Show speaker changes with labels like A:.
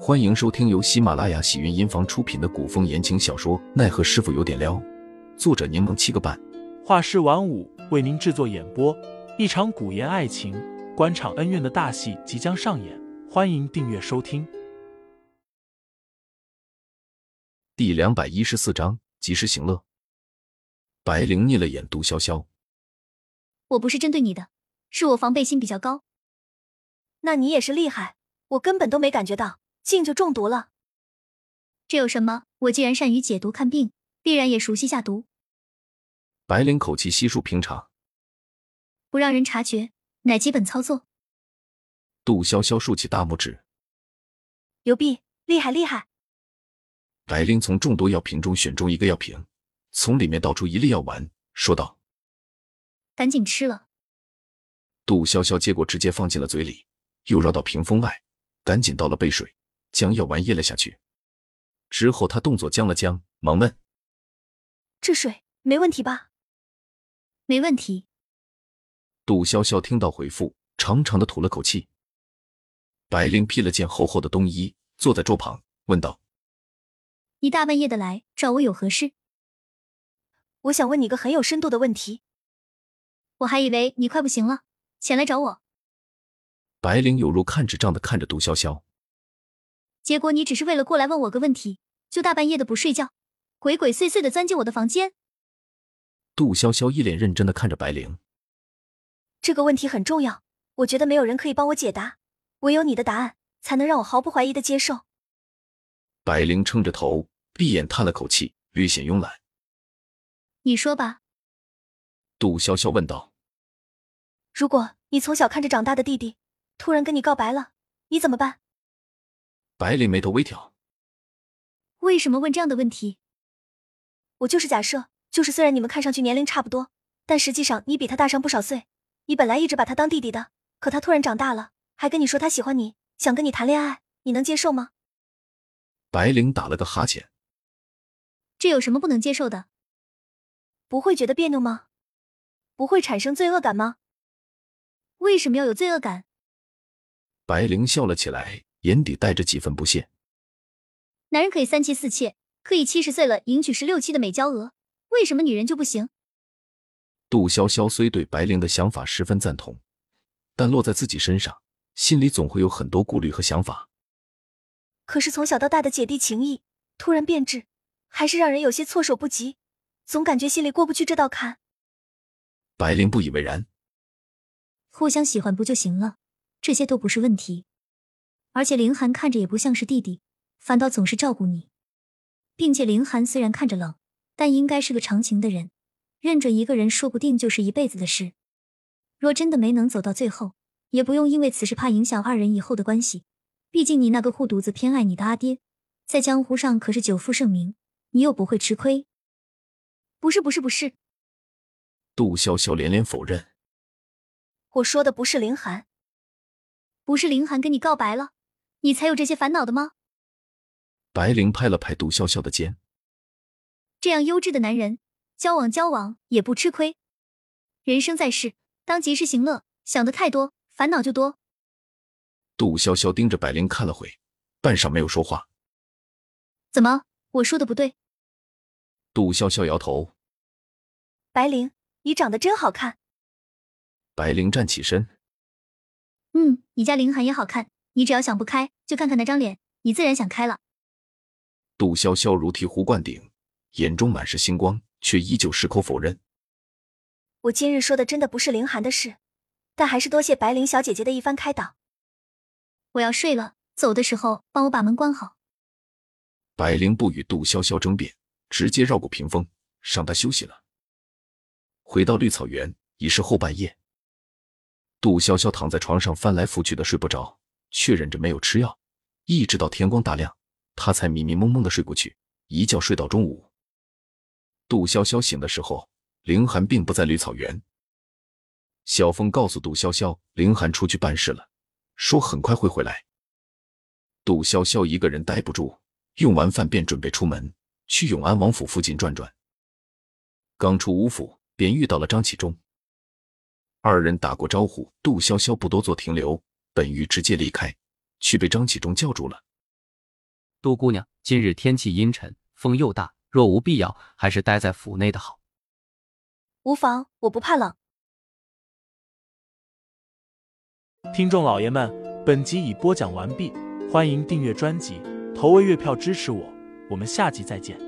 A: 欢迎收听由喜马拉雅喜云音房出品的古风言情小说《奈何师傅有点撩》，作者柠檬七个半，
B: 画师晚舞为您制作演播。一场古言爱情、官场恩怨的大戏即将上演，欢迎订阅收听。
A: 第两百一十四章及时行乐。白灵睨了眼杜潇潇，
C: 我不是针对你的，是我防备心比较高。
D: 那你也是厉害，我根本都没感觉到，竟就中毒了。
C: 这有什么？我既然善于解毒看病，必然也熟悉下毒，
A: 白灵口气悉数平常。
C: 不让人察觉乃基本操作。
A: 杜潇潇竖起大拇指，
D: 牛逼，厉害厉害！
A: 白灵从众多药瓶中选中一个药瓶，从里面倒出一粒药丸，说道
C: 赶紧吃了。：“
A: 杜潇潇接过，直接放进了嘴里，又绕到屏风外，赶紧倒了杯水，将药丸咽了下去。之后，他动作僵了僵，忙问
D: 这水没问题吧？
C: 没问题，
A: 杜潇潇听到回复，长长的吐了口气。白灵披了件厚厚的冬衣，坐在桌旁，问道
C: 你大半夜的来找我有何事？
D: 我想问你个很有深度的问题。
C: 我还以为你快不行了，前来找我，：“
A: 白灵有如看智障的看着杜潇潇，
C: 结果你只是为了过来问我个问题，就大半夜的不睡觉，鬼鬼祟祟的钻进我的房间。
A: 杜潇潇一脸认真的看着白灵。
D: 这个问题很重要，我觉得没有人可以帮我解答，唯有你的答案才能让我毫不怀疑的接受。
A: 白灵撑着头，闭眼叹了口气，略显慵懒。
C: 你说吧，
A: 杜潇潇问道
D: 如果你从小看着长大的弟弟突然跟你告白了，你怎么办？：“
A: 白灵眉头微挑，
C: 为什么问这样的问题？
D: 我就是假设，就是虽然你们看上去年龄差不多，但实际上你比他大上不少岁。你本来一直把他当弟弟的，可他突然长大了，还跟你说他喜欢你，想跟你谈恋爱，你能接受吗？
A: 白灵打了个哈欠。
C: 这有什么不能接受的？
D: 不会觉得别扭吗？不会产生罪恶感吗？
C: 为什么要有罪恶感？
A: 白灵笑了起来，眼底带着几分不屑。
C: 男人可以三妻四妾，可以七十岁了迎娶十六妻的美娇娥，为什么女人就不行？
A: 杜潇潇虽对白灵的想法十分赞同，但落在自己身上，心里总会有很多顾虑和想法。
D: 可是从小到大的姐弟情谊突然变质，还是让人有些措手不及，总感觉心里过不去这道坎。
A: 白灵不以为然，
C: 互相喜欢不就行了？这些都不是问题。而且凌寒看着也不像是弟弟，反倒总是照顾你，并且凌寒虽然看着冷，但应该是个长情的人，认准一个人说不定就是一辈子的事。若真的没能走到最后，也不用因为此事怕影响二人以后的关系，毕竟你那个护犊子偏爱你的阿爹，在江湖上可是久负盛名，你又不会吃亏。
D: 不是不是不是，
A: 杜潇潇连连否认。
D: 我说的不是凌寒，
C: 不是凌寒跟你告白了，你才有这些烦恼的吗？
A: 白灵拍了拍杜潇潇的肩，
C: 这样优质的男人，交往交往也不吃亏。人生在世，当及时行乐，想的太多，烦恼就多。
A: 杜潇潇盯着白灵看了会，半晌没有说话。
C: 怎么，我说的不对？
A: 杜潇潇摇头，
D: 白灵，你长得真好看，
A: 白灵站起身，
C: 嗯，你家凌寒也好看，你只要想不开，就看看那张脸，你自然想开了。
A: 杜潇潇如醍醐灌顶，眼中满是星光，却依旧矢口否认。
D: 我今日说的真的不是凌寒的事，但还是多谢白灵小姐姐的一番开导。
C: 我要睡了，走的时候帮我把门关好。
A: 白灵不与杜潇潇争辩，直接绕过屏风，让她休息了。回到绿草原已是后半夜，杜潇潇躺在床上翻来覆去的睡不着，却忍着没有吃药，一直到天光大亮，她才迷迷蒙蒙的睡过去，一觉睡到中午。杜潇潇醒的时候，凌寒并不在绿草原。小峰告诉杜潇潇，凌寒出去办事了，说很快会回来。杜潇潇一个人待不住，用完饭便准备出门去永安王府附近转转。刚出吴府，便遇到了张启忠。二人打过招呼，杜潇潇不多做停留，本欲直接离开，却被张启忠叫住了。
E: 杜姑娘，今日天气阴沉，风又大，若无必要，还是待在府内的好。
D: 无妨，我不怕冷。
B: 听众老爷们，本集已播讲完毕，欢迎订阅专辑，投喂月票支持我，我们下集再见。